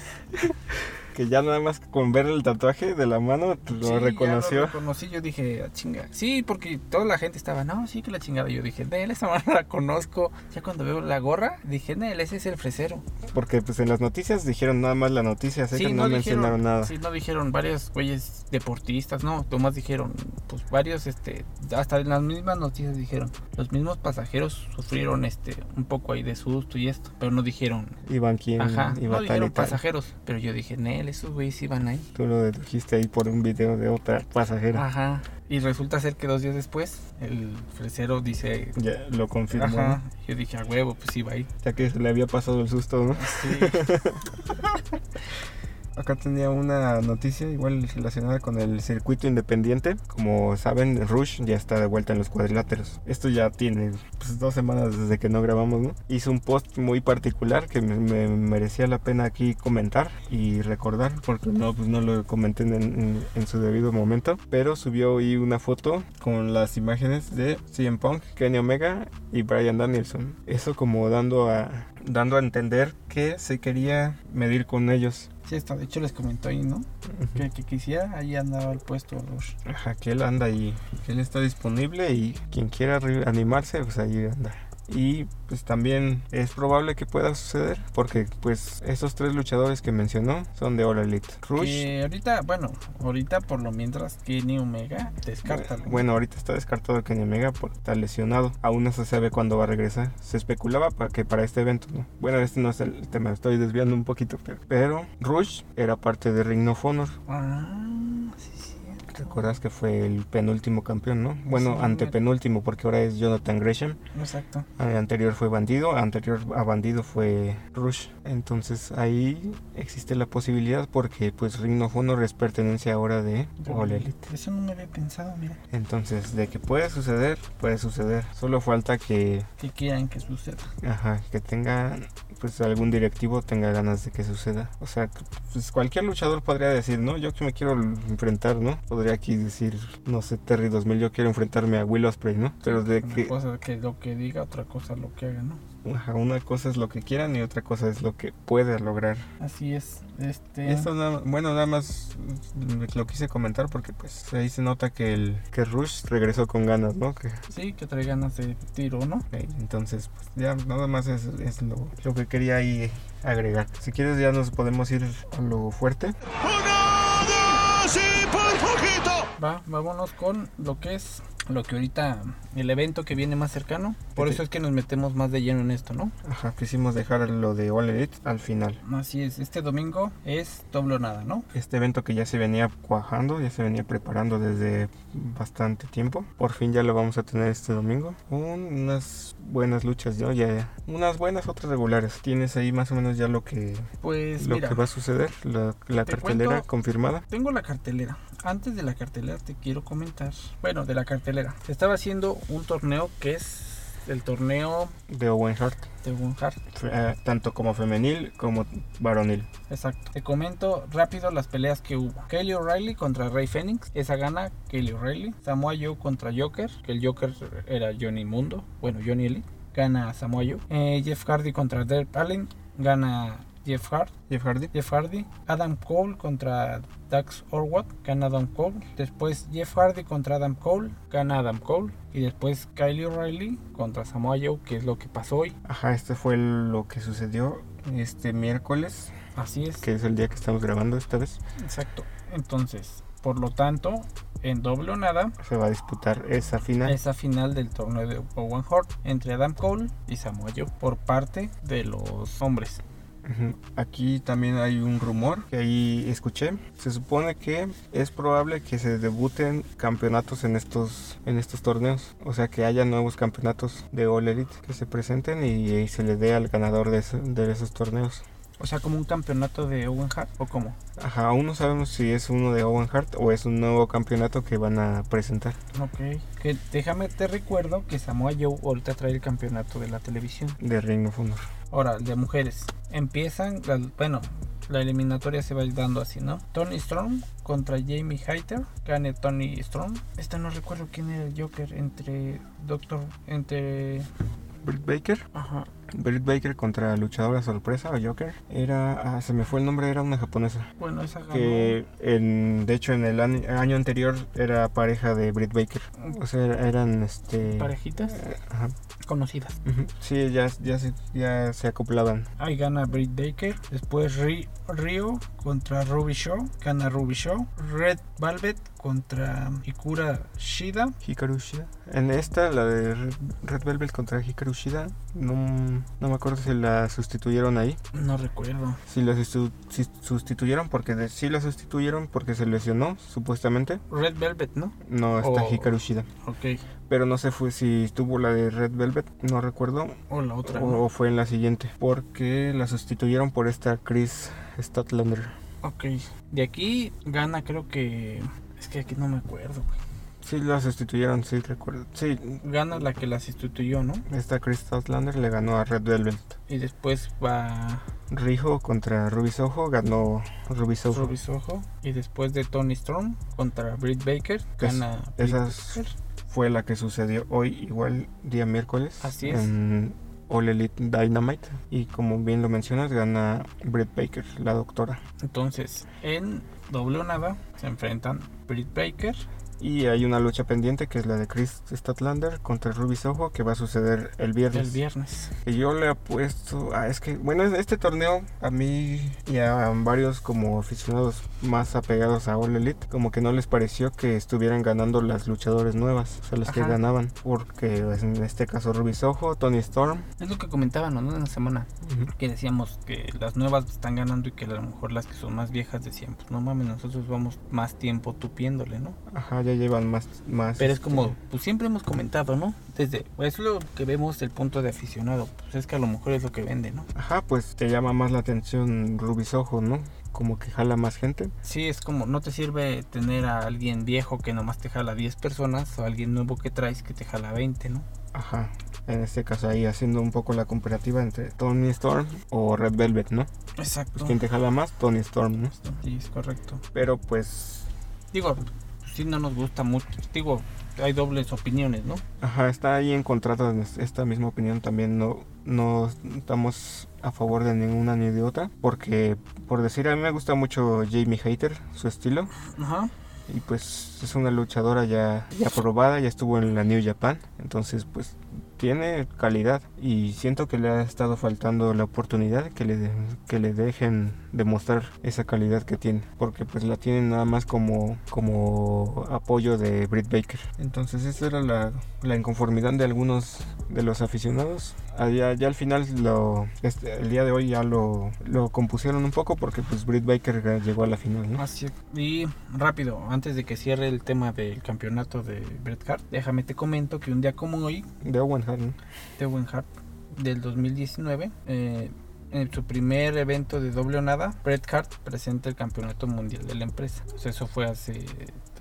D: que ya nada más con ver el tatuaje de la mano pues, lo
E: Sí, ya
D: reconoció.
E: Lo reconocí, yo dije, "Ah, chinga. Sí, porque toda la gente estaba, no, sí que la chingada. Yo dije, Nel, esa mano la conozco. Ya cuando veo la gorra, dije, Nel, ese es el fresero.
D: Porque pues en las noticias dijeron nada más la noticia, así que no, mencionaron nada.
E: Sí, no dijeron varios güeyes deportistas, no. Tomás dijeron, pues varios, este, hasta en las mismas noticias dijeron, los mismos pasajeros sufrieron, este, un poco ahí de susto y esto, pero no dijeron.
D: Iban quién,
E: Ajá,
D: iba
E: no
D: tal y
E: dijeron
D: tal.
E: pasajeros, pero yo dije, Nel, esos güeyes iban ahí.
D: Tú lo dedujiste ahí por un video de otra
E: Ah,
D: pasajera.
E: Ajá. Y resulta ser que dos días después, el fresero dice.
D: Ya lo confirmó.
E: Ajá.
D: ¿no?
E: Yo dije, a huevo, pues iba ahí.
D: Ya que se le había pasado el susto, ¿no? Acá tenía una noticia igual relacionada con el circuito independiente. Como saben, Rush ya está de vuelta en los cuadriláteros. Esto ya tiene pues, dos semanas desde que no grabamos, ¿no? Hizo un post muy particular que me, me merecía la pena aquí comentar y recordar, porque no, pues, no lo comenté en, en- en su debido momento. Pero subió ahí una foto con las imágenes de CM Punk, Kenny Omega y Brian Danielson. Eso como dando a, dando a entender que se quería medir con ellos.
E: Sí, está. De hecho, les comentó ahí, ¿no? Que el que quisiera, ahí andaba el puesto Rush.
D: Ajá, que él anda ahí, que él está disponible y quien quiera re- animarse, pues ahí anda. Y pues también es probable que pueda suceder porque pues estos tres luchadores que mencionó son de All Elite. Rush,
E: Que ahorita, bueno, ahorita por lo mientras Kenny Omega, descártalo.
D: bueno, ahorita está descartado Kenny Omega porque está lesionado. Aún no se sabe cuándo va a regresar. Se especulaba para que para este evento, ¿no? Bueno, este no es el tema, estoy desviando un poquito, pero, pero Rush era parte de Ring of Honor.
E: Ah, sí, sí.
D: Recordás que fue el penúltimo campeón, ¿no? Bueno, antepenúltimo, porque ahora es Jonathan Gresham.
E: Exacto.
D: El anterior fue Bandido, anterior a Bandido fue Rush. Entonces ahí existe la posibilidad porque pues Ring of Honor es pertenencia ahora de All Elite.
E: Eso no me había pensado, mira.
D: Entonces, de que puede suceder, puede suceder. Solo falta que,
E: Que quieran que suceda.
D: ajá, que tenga pues algún directivo tenga ganas de que suceda. O sea, que, pues cualquier luchador podría decir, "No, yo que me quiero enfrentar, ¿no?" Podría aquí decir, no sé, Terry 2000, yo quiero enfrentarme a Will Ospreay, ¿no? Pero de
E: Una
D: que
E: cosa que lo que diga, otra cosa lo que haga, ¿no?
D: Ajá, una cosa es lo que quieran y otra cosa es lo que puedes lograr.
E: Así es. Este.
D: Esto nada- bueno, nada más mm, lo quise comentar porque pues ahí se nota que el que Rush regresó con ganas, ¿no? Que,
E: Sí, que trae ganas de tiro, ¿no?
D: eh, entonces, pues ya nada más es, es lo, lo que quería ahí agregar. Si quieres ya nos podemos ir a lo fuerte.
E: Va, vámonos con lo que es lo que ahorita el evento que viene más cercano. Por
D: Sí.
E: eso es que nos metemos más de lleno en esto, ¿no?
D: Ajá, quisimos dejar lo de All Elite al final.
E: Así es, este domingo es doble o nada, ¿no?
D: Este evento que ya se venía cuajando, ya se venía preparando desde bastante tiempo. Por fin ya lo vamos a tener este domingo. Un- unas buenas luchas, ¿no? Ya, unas buenas, otras regulares. Tienes ahí más o menos ya lo que,
E: Pues
D: lo
E: mira,
D: que va a suceder, la, la
E: te
D: cartelera
E: cuento-
D: confirmada.
E: tengo la cartelera. Antes de la cartelera te quiero comentar. Bueno, de la cartelera. Se estaba haciendo un torneo que es el torneo
D: De Owen Hart,
E: de Bonhart.
D: Fe- eh, tanto como femenil como varonil.
E: Exacto. Te comento rápido las peleas que hubo. Kelly O'Reilly contra Rey Phoenix. Esa gana Kelly O'Reilly. Samoa Joe contra Joker. Que el Joker era Johnny Mundo. Bueno, Johnny Elite. Gana Samoa Joe. Eh, Jeff Hardy contra Derek Allen. Gana Jeff Hardy.
D: Jeff Hardy.
E: Jeff Hardy. Adam Cole contra Dax Orwat. Gana Adam Cole. Después Jeff Hardy contra Adam Cole. Gana Adam Cole. Y después Kelly O'Reilly contra Samoa Joe. Que es lo que pasó hoy.
D: Ajá, este fue el- lo que sucedió este miércoles,
E: Así es.
D: que es el día que estamos grabando esta vez.
E: Exacto. Entonces, por lo tanto, en doble o nada,
D: Se va a disputar esa final.
E: esa final del torneo de Owen Hart entre Adam Cole y Samoa Joe por parte de los hombres.
D: Ujú. Aquí también hay un rumor que ahí escuché. Se supone que es probable que se debuten campeonatos en estos, en estos torneos. O sea, que haya nuevos campeonatos de All Elite que se presenten y, y se le dé al ganador de, ese- de esos torneos.
E: O sea, como un campeonato de Owen Hart o como.
D: Ajá, aún no sabemos si es uno de Owen Hart o es un nuevo campeonato que van a presentar.
E: Ok. Que déjame te recuerdo que Samoa Joe ahorita trae el campeonato de la televisión.
D: De Ring of Honor.
E: Ahora, el de mujeres. Empiezan, las- bueno, la eliminatoria se va a ir dando así, ¿no? Tony Strong contra Jamie Hayter. Gane Tony Strong. Esta no recuerdo quién era el Joker entre Doctor, entre...
D: Britt Baker.
E: Ajá.
D: Britt Baker contra luchadora sorpresa o Joker. Era, ah, se me fue el nombre, era una japonesa.
E: Bueno, esa ganó.
D: que en, de hecho en el an- año anterior era pareja de Britt Baker. O sea, er- eran este...
E: Parejitas
D: ajá.
E: conocidas.
D: Ujú. Sí, ya, ya, se, ya se acoplaban.
E: Ahí gana Britt Baker. Después Ri- Rio contra Ruby Shaw. Gana Ruby Shaw. Red Velvet contra Ikura Shida.
D: Hikaru Shida. En esta, la de Red- Red Velvet contra Hikaru Shida, no, no me acuerdo si la sustituyeron ahí.
E: No recuerdo.
D: Si la sustitu- si sustituyeron, porque de, sí la sustituyeron porque se lesionó, supuestamente.
E: Red Velvet, ¿no?
D: No, está
E: Oh.
D: Hikaru Shida.
E: Ok.
D: Pero no sé fue si estuvo la de Red Velvet, no recuerdo.
E: O la otra. ¿no?
D: O, o fue en la siguiente. Porque la sustituyeron por esta Chris Statlander.
E: Ok. De aquí gana creo que... Es que aquí no me acuerdo, güey.
D: Sí, la sustituyeron, sí, recuerdo. Sí,
E: Gana la que la sustituyó, ¿no?
D: esta Chris Statlander le ganó a Red Velvet.
E: Y después va
D: Rijo contra Ruby Soho ganó Ruby Soho.
E: Ruby Soho. Y después de Tony Strong contra Britt Baker.
D: Pues,
E: Gana Britt
D: esas-
E: Baker.
D: Fue la que sucedió hoy, igual día miércoles.
E: Así es.
D: En All Elite Dynamite. Y como bien lo mencionas, gana Britt Baker, la doctora.
E: Entonces, en doble o nada se enfrentan Britt Baker
D: Y hay una lucha pendiente que es la de Chris Statlander contra Ruby Soho que va a suceder el viernes.
E: El viernes.
D: Que yo le apuesto a. Es que, bueno, este torneo a mí y a varios como aficionados más apegados a All Elite, como que no les pareció que estuvieran ganando las luchadoras nuevas, o sea, las que
E: Ajá.
D: ganaban. Porque pues, en este caso Ruby Soho, Tony Storm.
E: Es lo que comentaban ¿no? en la semana. Que decíamos que las nuevas están ganando y que a lo mejor las que son más viejas decían, pues no mames, nosotros vamos más tiempo tupiéndole, ¿no?
D: Ajá, ya llevan más. más
E: Pero es como,
D: este,
E: pues siempre hemos comentado, ¿no? Desde, pues, es lo que vemos del punto de aficionado, pues es que a lo mejor es lo que vende, ¿no?
D: Ajá, pues te llama más la atención Ruby Soho, ¿no? Como que jala más gente.
E: Sí, es como, no te sirve tener a alguien viejo que nomás te jala 10 personas o a alguien nuevo que traes que te jala 20, ¿no?
D: Ajá. En este caso ahí haciendo un poco la comparativa entre Tony Storm o Red Velvet, ¿no? Pues
E: Exacto.
D: quien te jala más, Tony Storm, ¿no?
E: Sí, es correcto.
D: Pero pues,
E: Digo, sí no nos gusta mucho, digo, hay dobles opiniones, ¿no?
D: ajá, está ahí en contrato de esta misma opinión también. No, no estamos a favor de ninguna ni de otra. Porque, por decir, a mí me gusta mucho Jamie Hater, su estilo.
E: Ajá.
D: Y pues es una luchadora ya, ya probada, ya estuvo en la New Japan. Entonces pues tiene calidad. Y siento que le ha estado faltando la oportunidad que le, de- que le dejen demostrar esa calidad que tiene. Porque pues la tienen nada más como, como apoyo de Britt Baker. Entonces esa era la, la inconformidad de algunos de los aficionados. Ah, Ya, ya al final, lo, este- el día de hoy ya lo, lo compusieron un poco porque pues Britt Baker llegó a la final. ¿no?
E: Así es. Y rápido, antes de que cierre el tema del campeonato de Bret Hart, déjame te comento que un día como hoy,
D: De Owen Hart. ¿no?
E: Owen Hart del 2019, eh, en su primer evento de doble o nada, Bret Hart presenta el campeonato mundial de la empresa. O sea, eso fue hace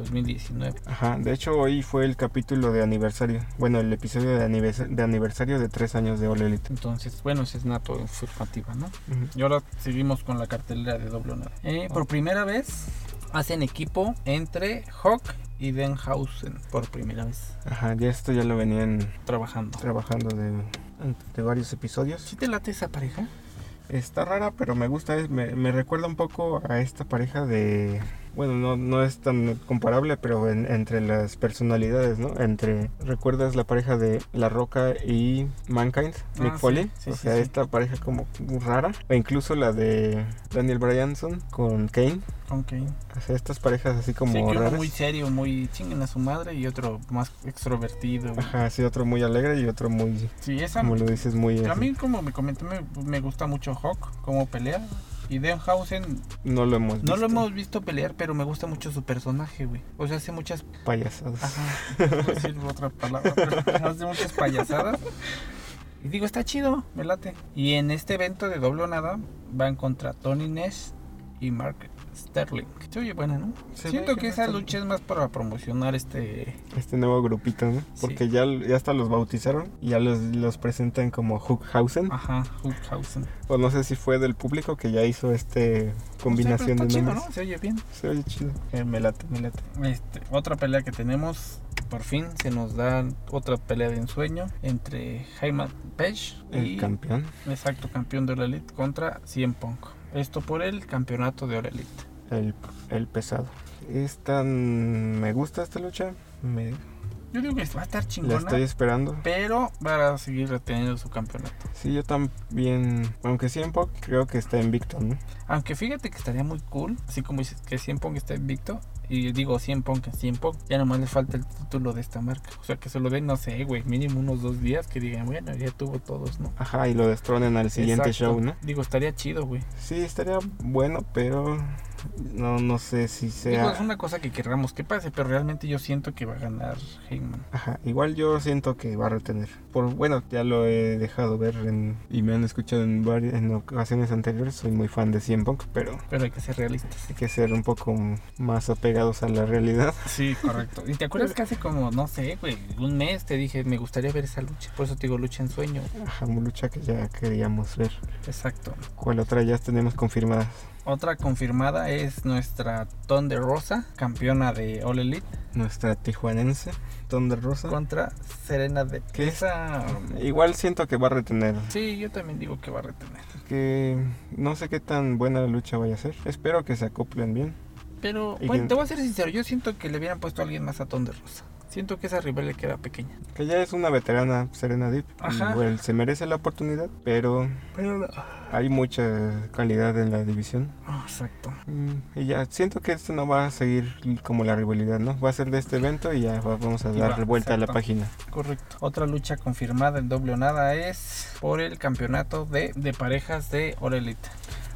E: 2019.
D: Ajá, de hecho hoy fue el capítulo de aniversario, bueno, el episodio de, anivers- de aniversario de tres años de All Elite.
E: Entonces, bueno, esa es una to- informativa, ¿no?
D: Ujú.
E: Y ahora seguimos con la cartelera de doble o nada. Eh, por primera vez hacen equipo entre Hawk y Denhausen. Por primera vez
D: Ajá, ya esto ya lo venían
E: trabajando.
D: trabajando de, de varios episodios.
E: ¿Sí te late esa pareja?
D: Está rara, pero me gusta, es- me, me recuerda un poco a esta pareja de... Bueno, no, no es tan comparable, pero en- entre las personalidades, ¿no? Entre... ¿Recuerdas la pareja de La Roca y Mankind?
E: Ah,
D: Mick
E: sí,
D: Foley.
E: sí,
D: o
E: sí,
D: sea,
E: sí.
D: esta pareja como rara. O incluso la de Daniel Bryanson con Kane.
E: Ok.
D: O sea, estas parejas así como
E: sí, que uno
D: raras.
E: muy serio, muy chinguen a su madre y otro más extrovertido. güey.
D: Ajá, sí, otro muy alegre y otro muy,
E: Sí, esa.
D: como lo dices, muy... este,
E: A
D: así.
E: mí, como me comenté, me, pues, me gusta mucho Hawk, cómo pelea. Y Denhausen,
D: No lo hemos
E: no
D: visto.
E: lo hemos visto pelear, pero me gusta mucho su personaje, güey. O sea, hace muchas
D: Payasadas.
E: Ajá, no puedo decir otra palabra, pero hace muchas payasadas. Y digo, está chido, me late. Y en este evento de doble o nada van contra Tony Ness y Mark Sterling. Se oye buena, ¿no?
D: Se
E: Siento
D: ve
E: que,
D: que no
E: esa
D: está-
E: lucha es más para promocionar este.
D: Este nuevo grupito, ¿no? Porque ya, ya hasta los bautizaron y ya los, los presentan como Hookhausen.
E: Ajá, Hookhausen.
D: O no sé si fue del público que ya hizo este combinación
E: Pues Sí, pero
D: de
E: está chido,
D: nombres.
E: ¿no? Se oye bien.
D: Se oye chido. Eh, me late, me late.
E: Este, otra pelea que tenemos. Por fin se nos da otra pelea de ensueño entre Jaime Page
D: El
E: y
D: campeón.
E: Exacto, campeón de la Elite contra Cien Punk. Esto por el campeonato de Ora Elite.
D: El, el pesado. Es tan... Me gusta esta lucha. Me,
E: Yo digo que va a estar
D: la
E: chingona,
D: estoy esperando.
E: pero va a seguir reteniendo su campeonato.
D: Sí, yo también... Aunque siempre creo que está invicto, ¿no?
E: Aunque fíjate que estaría muy cool, así como dices que Cien Punk está invicto. Y digo 100 Punk, 100 Punk. Ya nomás le falta el título de esta marca. O sea, que se lo den, no sé, güey, mínimo unos dos días que digan, bueno, ya tuvo todos, ¿no?
D: Ajá, y lo destronen al siguiente
E: Exacto.
D: show, ¿no?
E: Digo, estaría chido, güey.
D: Sí, estaría bueno, pero... No, no sé si sea...
E: Digo, es una cosa que querramos que pase, pero realmente yo siento que va a ganar Heyman.
D: Ajá, igual yo siento que va a retener. Por bueno, ya lo he dejado ver en- y me han escuchado en varias en ocasiones anteriores. Soy muy fan de CM Punk, pero
E: Pero hay que ser realistas.
D: hay que ser un poco más apegados a la realidad.
E: Sí, correcto. ¿Y te acuerdas que hace como, no sé, güey, un mes te dije, me gustaría ver esa lucha? Por eso te digo, lucha en sueño.
D: Ajá, una lucha que ya queríamos ver.
E: Exacto.
D: ¿Cuál otra ya tenemos confirmada?
E: Otra confirmada es nuestra Thunder Rosa, campeona de All Elite,
D: Nuestra tijuanense, Thunder Rosa.
E: contra Serena de
D: ¿Qué?
E: Esa...
D: Igual siento que va a retener.
E: Sí, yo también digo que va a retener.
D: Que no sé qué tan buena la lucha vaya a ser. Espero que se acoplen bien.
E: Pero,
D: Y
E: bueno,
D: que-
E: te voy a ser sincero, yo siento que le hubieran puesto a alguien más a Thunder Rosa. Siento que esa rival le queda pequeña.
D: Que ya es una veterana Serena Deep. y,
E: Ajá.
D: bueno, se merece la oportunidad, pero
E: Pero no.
D: hay mucha calidad en la división.
E: Ah, exacto.
D: Mm, Y ya siento que esto no va a seguir como la rivalidad, ¿no? Va a ser de este evento y ya va- vamos a
E: Y
D: dar
E: va,
D: vuelta a la
E: exacto.
D: página.
E: Correcto. Otra lucha confirmada en doble o nada es por el campeonato de, de parejas de Orelita.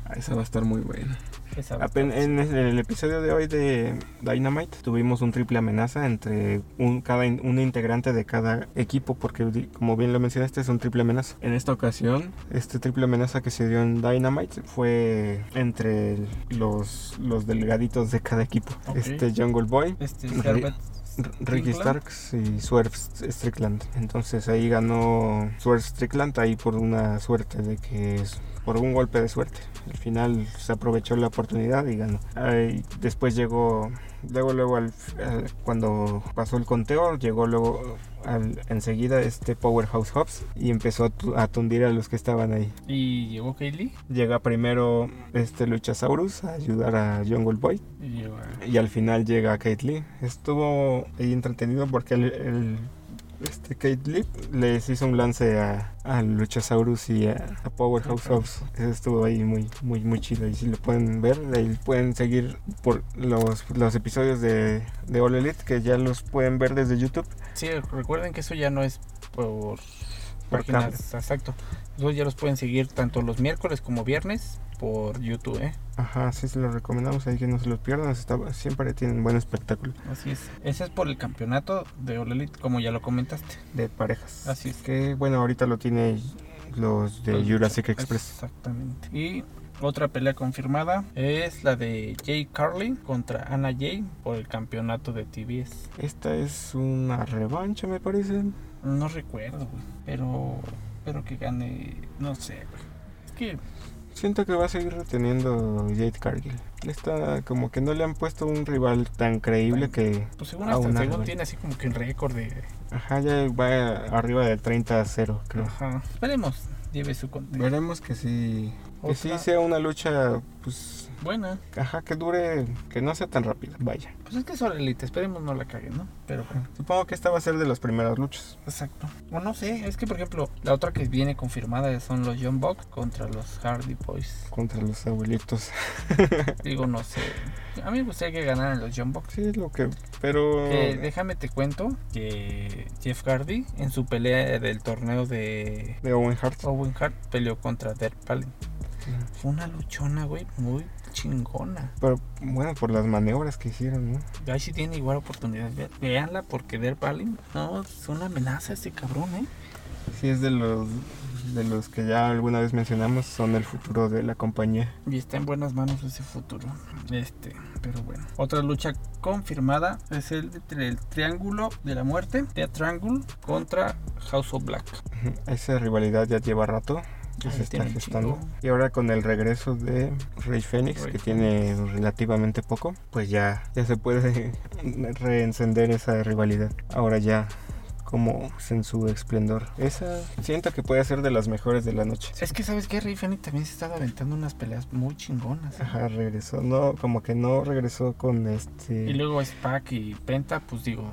D: Ah, Esa va a estar muy buena.
E: Esa
D: Apen- en el, el episodio de hoy de Dynamite tuvimos un triple amenaza entre un, cada, in- un integrante de cada equipo, porque di- como bien lo mencionaste es un triple amenaza. En esta ocasión, este triple amenaza que se dio en Dynamite fue entre el- los, los delgaditos de cada equipo.
E: Ok.
D: Este Jungle Boy.
E: este,
D: Ri-
E: Herbert
D: R- Ricky
E: Strickland.
D: Starks y Swerve St- Strickland. Entonces ahí ganó Swerve Strickland ahí por una suerte de que es por un golpe de suerte. Al final se aprovechó la oportunidad y ganó. Ahí después llegó luego luego al, al- cuando pasó el conteo llegó luego al- enseguida este Powerhouse Hobbs y empezó a, tu- a tundir a los que estaban ahí.
E: Y llegó Kaylee.
D: Llega primero este Luchasaurus a ayudar a Jungle Boy
E: Y llegó.
D: y al final llega Kate Lee. Estuvo ahí entretenido porque el, el- este Kate Lee les hizo un lance a, a Luchasaurus y a, a Powerhouse Hobbs. Eso estuvo ahí muy, muy, muy chido. Y si lo pueden ver, ahí pueden seguir por los, los episodios de, de All Elite que ya los pueden ver desde YouTube.
E: Sí, recuerden que eso ya no es por
D: Por
E: páginas. Exacto. Entonces ya los pueden seguir tanto los miércoles como viernes por YouTube, ¿eh?
D: Ajá, sí se los recomendamos ahí que no se los pierdan. Está- siempre tienen buen espectáculo
E: Así es. Ese es por el campeonato de All Elite, como ya lo comentaste.
D: de parejas.
E: Así es.
D: Que bueno, ahorita lo tiene los de
E: Los-
D: Jurassic Express.
E: Exactamente. Y otra pelea confirmada es la de Jay Carly contra Anna Jay por el campeonato de TBS.
D: Esta es una revancha, me parece.
E: No recuerdo, güey. Pero espero que gane, no sé, güey. Es que
D: Siento que va a seguir reteniendo Jade Cargill. Esta, como que no le han puesto un rival tan creíble que.
E: pues según
D: Ah,
E: hasta
D: una
E: según
D: revancha.
E: tiene así como que un récord de
D: Ajá, ya va arriba de 30 a 0, creo.
E: Ajá. Esperemos, lleve su contenido.
D: Veremos que sí. Que sí
E: Otra.
D: sea una lucha, pues.
E: Buena.
D: Ajá, que dure. Que no sea tan rápida. Vaya.
E: Pues es que es Elite, esperemos no la caguen, ¿no? Pero bueno,
D: Supongo que esta va a ser de las primeras luchas.
E: exacto. O no sé, es que por ejemplo, la otra que viene confirmada son los John Box contra los Hardy Boys.
D: Contra los abuelitos.
E: Digo, no sé. A mí me gustaría que ganaran los John Box.
D: Sí, lo que. Pero.
E: Que déjame te cuento que Jeff Hardy en su pelea del torneo de
D: De Owen Hart.
E: Owen Hart peleó contra Derek Palin. Fue una luchona, güey, muy chingona.
D: Pero bueno, por las maniobras que hicieron, ¿no?
E: Ahí sí tiene igual oportunidad. ve- Veanla porque Derek Palin, no, es una amenaza este cabrón, ¿eh?
D: Sí, es de los, de los que ya alguna vez mencionamos, son el futuro de la compañía.
E: Y está en buenas manos ese futuro. Este, pero bueno. Otra lucha confirmada es el, tri- el Triángulo de la Muerte. The Triangle contra House of Black.
D: Esa rivalidad ya lleva rato que
E: Ah,
D: se
E: ya
D: está
E: tiene un
D: gestando.
E: chingo.
D: Y ahora con el regreso de Rey Fénix,
E: Rey
D: que tiene relativamente poco, pues ya, ya se puede reencender esa rivalidad. Ahora ya como en su esplendor. Esa siento que puede ser de las mejores de la noche.
E: Es que, ¿sabes qué? Ray Fenix también se está aventando unas peleas muy chingonas. ¿eh?
D: Ajá, regresó. No, como que no regresó con
E: Y
D: este.
E: luego Spack y Penta, pues digo,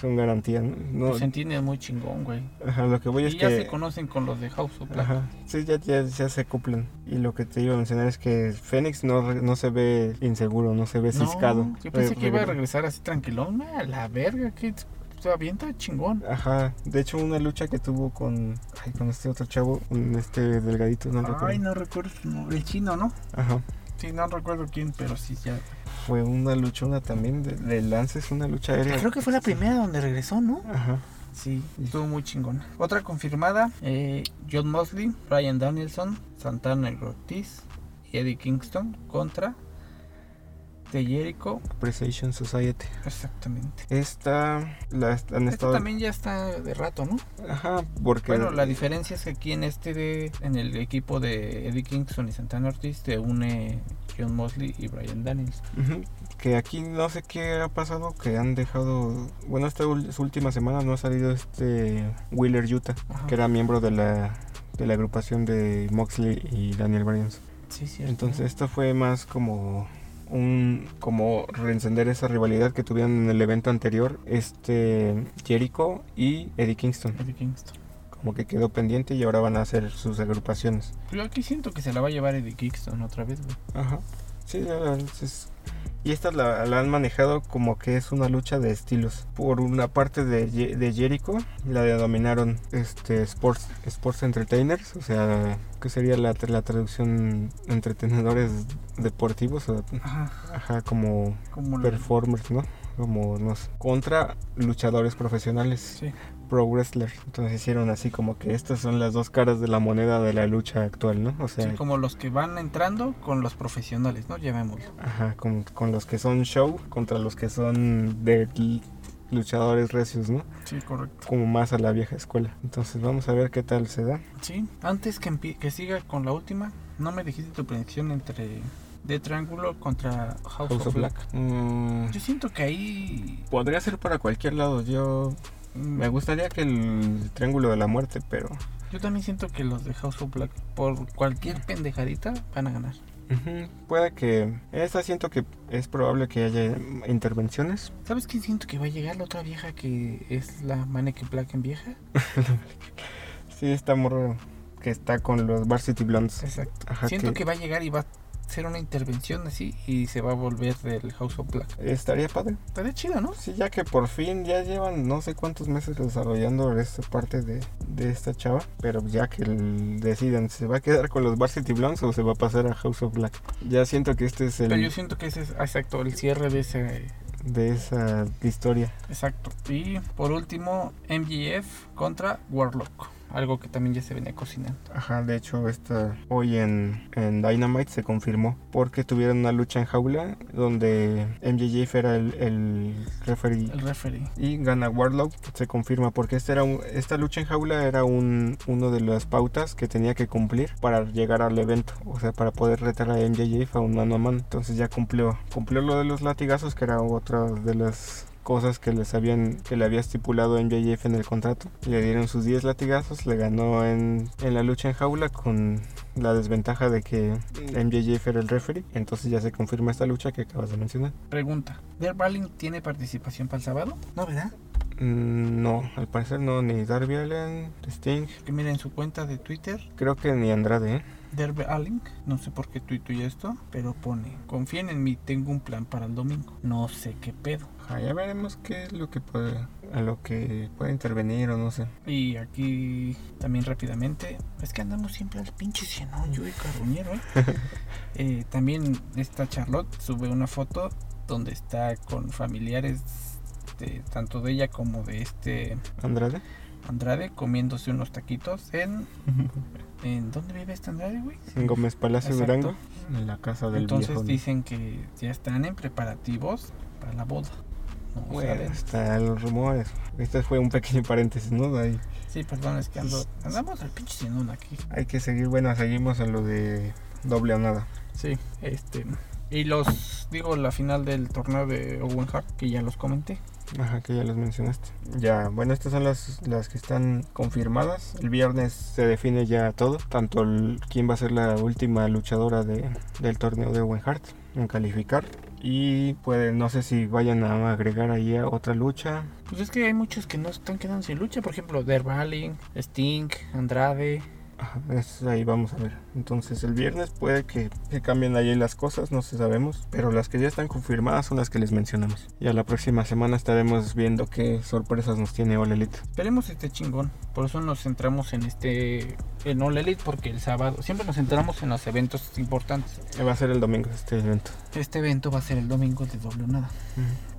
D: Son garantía. No,
E: pues Sentinel es muy chingón, güey.
D: ajá, lo que voy
E: Y
D: es
E: ya
D: que.
E: se conocen con los de House of Black.
D: Ajá. Sí, ya, ya, ya se cumplen. Y lo que te iba a mencionar es que Fénix no, re- no se ve inseguro, no se ve
E: No,
D: ciscado.
E: yo pensé
D: Re-
E: que iba a
D: regre-
E: regresar así tranquilón. A la verga, que se avienta chingón.
D: Ajá. De hecho, una lucha que tuvo con, ay, con este otro chavo, con este delgadito, no recuerdo.
E: Ay, no recuerdo su nombre. El chino, ¿no?
D: Ajá.
E: Sí, no recuerdo quién, pero sí ya.
D: Fue una lucha, una también de, de lances, una lucha aérea.
E: Creo que fue la primera donde regresó, ¿no?
D: Ajá.
E: Sí, estuvo muy chingona. Otra confirmada, eh, John Mosley, Brian Danielson, Santana Ortiz y Eddie Kingston contra The Jericho.
D: Appreciation Society.
E: Exactamente.
D: Esta la est- han
E: Esta
D: estado.
E: también ya está de rato, ¿no?
D: Ajá, porque.
E: Bueno, la diferencia es que aquí en este de, en el equipo de Eddie Kingston y Santana Ortiz se une John Mosley y Brian Danielson.
D: Ujú, Que aquí no sé qué ha pasado, que han dejado... Bueno, esta ul- última semana no ha salido este Wheeler Utah,
E: Ajá.
D: que era miembro de la, de la agrupación de Moxley y Daniel Bryan.
E: Sí, sí.
D: Entonces esto fue más como un como reencender esa rivalidad que tuvieron en el evento anterior, este Jericho y Eddie Kingston.
E: Eddie Kingston.
D: Como que quedó pendiente y ahora van a hacer sus agrupaciones.
E: Yo aquí siento que se la va a llevar Eddie Kingston otra vez, güey.
D: Ajá. Sí, la verdad es- Y esta la, la han manejado como que es una lucha de estilos. Por una parte de, Ye- de Jericho, la denominaron este, sports, sports Entertainers, o sea, que sería la, tra- la traducción entretenedores deportivos, o-
E: Ajá.
D: ajá, como
E: Como lo-
D: performers, ¿no? Como nos contra luchadores profesionales,
E: Sí.
D: pro wrestlers. Entonces hicieron así como que estas son las dos caras de la moneda de la lucha actual, ¿no? O sea,
E: Sí, como los que van entrando con los profesionales, ¿no? Llamémoslo.
D: Ajá, con, con los que son show contra los que son de l- luchadores recios, ¿no?
E: Sí, correcto.
D: Como más a la vieja escuela. Entonces vamos a ver qué tal se da.
E: Sí, antes que, empie- que siga con la última, no me dijiste tu predicción entre de Triángulo contra House,
D: House of Black. Mm,
E: Yo siento que ahí
D: podría ser para cualquier lado. Yo
E: mm,
D: me gustaría que el Triángulo de la Muerte, pero...
E: yo también siento que los de House of Black por cualquier pendejadita van a ganar.
D: ujú, Puede que... Esta siento que es probable que haya mm, intervenciones.
E: ¿Sabes quién siento que va a llegar la otra vieja que es la Mannequin Black en vieja?
D: Sí, está morro que está con los Varsity Blondes.
E: Exacto.
D: Ajá,
E: siento
D: que-
E: que... va a llegar y va a ser una intervención así y se va a volver del House of Black.
D: Estaría padre.
E: Estaría chido, ¿no?
D: Sí, ya que por fin ya llevan no sé cuántos meses desarrollando esta parte de, de esta chava, pero ya que el- decidan, ¿se va a quedar con los Varsity Blondes o se va a pasar a House of Black? Ya siento que este es
E: Pero yo
D: el
E: siento que ese es exacto el cierre de ese
D: de esa historia.
E: Exacto. Y por último, MGF contra Warlock. Algo que también ya se venía cocinando.
D: Ajá, de hecho, esta hoy en, en Dynamite se confirmó porque tuvieron una lucha en jaula donde MJF era el, el referee
E: El referee.
D: y gana Warlock, se confirma, porque este era un- esta lucha en jaula era un, uno de las pautas que tenía que cumplir para llegar al evento, o sea, para poder retar a MJF a un mano a mano. Entonces ya cumplió, cumplió lo de los latigazos, que era otra de las cosas que les habían que le había estipulado MJF en el contrato. Le dieron sus 10 latigazos, le ganó en, en la lucha en jaula con la desventaja de que MJF era el referee, entonces ya se confirma esta lucha que acabas de mencionar.
E: Pregunta. ¿Der Balling tiene participación para el sábado? No, ¿verdad?
D: Mm, No, al parecer no, ni Darby Allen, Sting,
E: Que miren su cuenta de Twitter,
D: creo que ni Andrade, ¿eh?
E: Der Balling. No sé por qué tuiteó esto, pero pone: Confíen en mí, tengo un plan para el domingo. No sé qué pedo.
D: Ajá, ya veremos qué es lo que puede, a lo que puede intervenir o no sé.
E: Y aquí también rápidamente, es que andamos siempre al pinche cienón, yo y carroñero, ¿eh? Eh, También esta Charlotte sube una foto donde está con familiares, de, tanto de ella como de este
D: ¿Andrade?
E: Andrade, comiéndose unos taquitos en... ¿En dónde vive este Andrade, güey?
D: En Gómez Palacio
E: Exacto.
D: Durango, en la casa del
E: Entonces
D: viejo. ¿no?
E: dicen que ya están en preparativos para la boda. No
D: Bueno,
E: saben.
D: hasta los rumores. Este fue un pequeño paréntesis, ¿no? Ahí-
E: Sí, perdón, es que ando, andamos al pinche cienón aquí.
D: hay que seguir, bueno, seguimos en lo de doble o nada.
E: Sí, este. Y los, digo, la final del torneo de Owen Hart, que ya los comenté.
D: Ajá, que ya los mencionaste. Ya, bueno, estas son las, las que están confirmadas. El viernes se define ya todo, tanto el- quién va a ser la última luchadora de, del torneo de Owen Hart en calificar. Y puede, no sé si vayan a agregar ahí a otra lucha.
E: Pues es que hay muchos que no están quedando sin lucha, por ejemplo, Derbaling, Sting, Andrade.
D: Ajá, es- ahí vamos a ver. Entonces el viernes puede que, que cambien ahí las cosas, no se sabemos. Pero las que ya están confirmadas son las que les mencionamos. Y a la próxima semana estaremos viendo qué sorpresas nos tiene All Elite.
E: Esperemos este chingón. Por eso nos centramos en este. En All Elite, porque el sábado. Siempre nos centramos en los eventos importantes.
D: Va a ser el domingo este evento.
E: Este evento va a ser el domingo de doble o nada.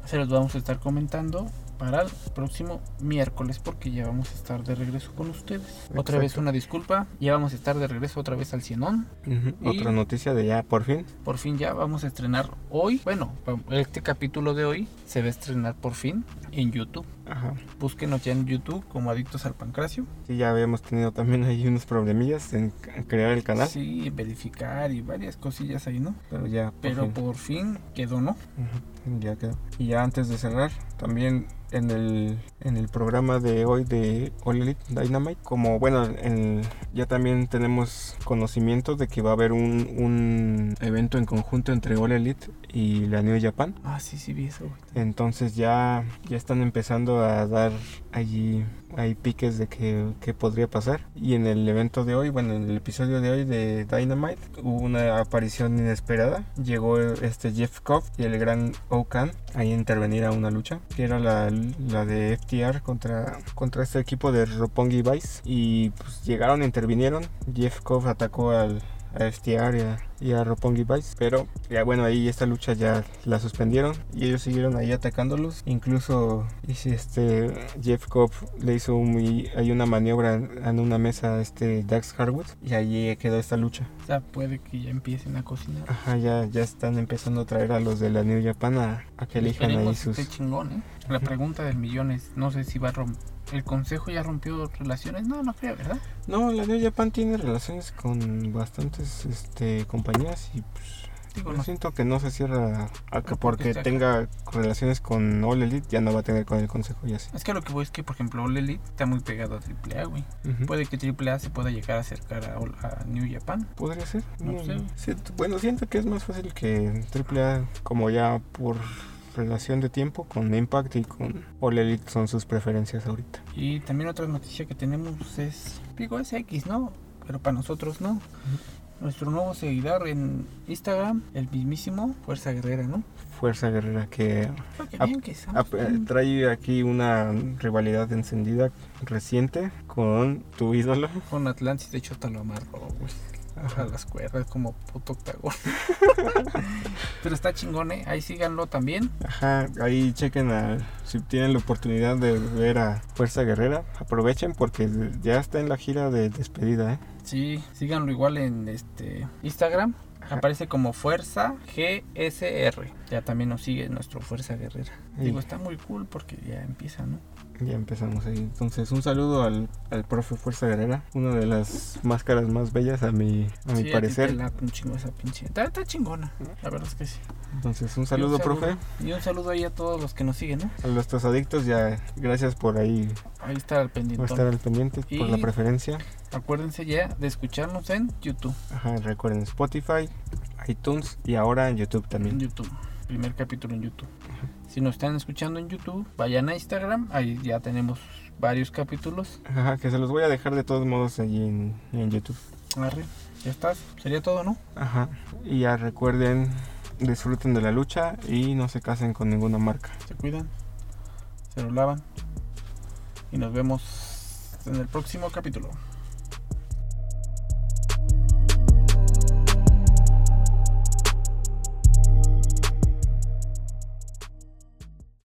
E: Se los vamos a estar comentando para el próximo miércoles porque ya vamos a estar de regreso con ustedes. Otra vez
D: Exacto.
E: una disculpa, ya vamos a estar de regreso otra vez al Cienón.
D: Ujú,
E: Y-
D: Otra noticia de ya por fin.
E: Por fin ya vamos a estrenar hoy. Bueno, pa- este capítulo de hoy se va a estrenar por fin en YouTube.
D: Ajá.
E: Búsquenos ya en YouTube como Adictos al Pancracio.
D: Sí, ya habíamos tenido también ahí unos problemillas en c- crear el canal.
E: Sí, verificar y varias cosillas ahí, ¿no?
D: Pero ya. por
E: Pero
D: fin.
E: por fin quedó, ¿no?
D: Ujú, Ya quedó. Y ya antes de cerrar, también en el, en el programa de hoy de All Elite Dynamite, como bueno, en, ya también tenemos conocimiento de que va a haber un, un evento en conjunto entre All Elite y la New Japan.
E: Ah, sí, sí, vi eso, güey.
D: Entonces ya, ya están empezando a dar allí hay piques de que, que podría pasar. Y en el evento de hoy, bueno, en el episodio de hoy de Dynamite, hubo una aparición inesperada. Llegó este Jeff Cobb y el gran Okan a intervenir a una lucha, que era la, la de FTR contra, contra este equipo de Roppongi Vice. Y pues llegaron, intervinieron. Jeff Cobb atacó al, a FTR y a, y a Roppongi Vice. Pero ya bueno, ahí esta lucha ya la suspendieron y ellos siguieron ahí atacándolos. Incluso y si este Jeff Cobb le hizo un, hay una maniobra en una mesa a este Dax Harwood y allí quedó esta lucha.
E: O sea, puede que ya empiecen a cocinar.
D: Ajá, ya, ya están empezando a traer a los de la New Japan a, a que elijan ahí
E: Esperemos que
D: sus...
E: esté chingón, ¿eh? La pregunta del millón es, no sé si va a romper... ¿El consejo ya rompió relaciones? No, no creo, ¿verdad?
D: No, la New Japan tiene relaciones con bastantes este, compañías y pues...
E: Digo,
D: Yo
E: no sé.
D: siento que no se cierra acá
E: porque
D: porque
E: está-
D: tenga relaciones con All Elite, ya no va a tener con el consejo y así.
E: Es que lo que voy es que, por ejemplo, Lely está muy pegado a AAA, güey.
D: Ujú.
E: Puede que AAA se pueda llegar a acercar a, a New Japan.
D: Podría ser.
E: No
D: No,
E: sé.
D: siento- bueno, siento que es más fácil que AAA, como ya por relación de tiempo, con Impact y con All Elite son sus preferencias ahorita.
E: Y también otra noticia que tenemos es, digo, es X, ¿no? Pero para nosotros no. Nuestro nuevo seguidor en Instagram, el mismísimo Fuerza Guerrera, ¿no?
D: Fuerza Guerrera que
E: Ah, qué
D: Ap-
E: bien que estamos.
D: ap- eh, trae aquí una rivalidad encendida reciente con tu ídolo.
E: Con Atlantis, de hecho, hasta lo amarró, güey. A las cuerdas como puto octagón. Pero está chingón, ¿eh? Ahí síganlo también.
D: Ajá, ahí chequen a- si tienen la oportunidad de ver a Fuerza Guerrera, aprovechen porque ya está en la gira de despedida, ¿eh?
E: Sí, síganlo igual en este Instagram. Aparece como Fuerza GSR. Ya también nos sigue nuestro Fuerza Guerrera.
D: Y-
E: Digo, está muy cool porque ya empieza, ¿no?
D: Ya empezamos ahí. Entonces, un saludo al, al profe Fuerza Guerrera, una de las máscaras más bellas a mi, a mi
E: Sí, a ti te
D: parecer.
E: late un chingo esa pinche. Está, está chingona, la verdad es que sí.
D: Entonces, un saludo,
E: Y un
D: profe,
E: Y un saludo ahí a todos los que nos siguen, ¿no?
D: a nuestros adictos. Ya, gracias por ahí,
E: Ahí está el pendiente.
D: por estar al pendiente, por la
E: Y-
D: preferencia.
E: Acuérdense ya de escucharnos en YouTube.
D: Ajá, recuerden Spotify, iTunes y ahora en YouTube
E: En
D: también.
E: YouTube. Primer capítulo en YouTube. Si nos están escuchando en YouTube, vayan a Instagram. Ahí ya tenemos varios capítulos.
D: Ajá, que se los voy a dejar de todos modos allí en, en YouTube.
E: Arre, ya estás. Sería todo, ¿no?
D: Ajá, y ya recuerden, disfruten de la lucha y no se casen con ninguna marca.
E: Se cuidan. Se lo lavan. Y nos vemos en el próximo capítulo.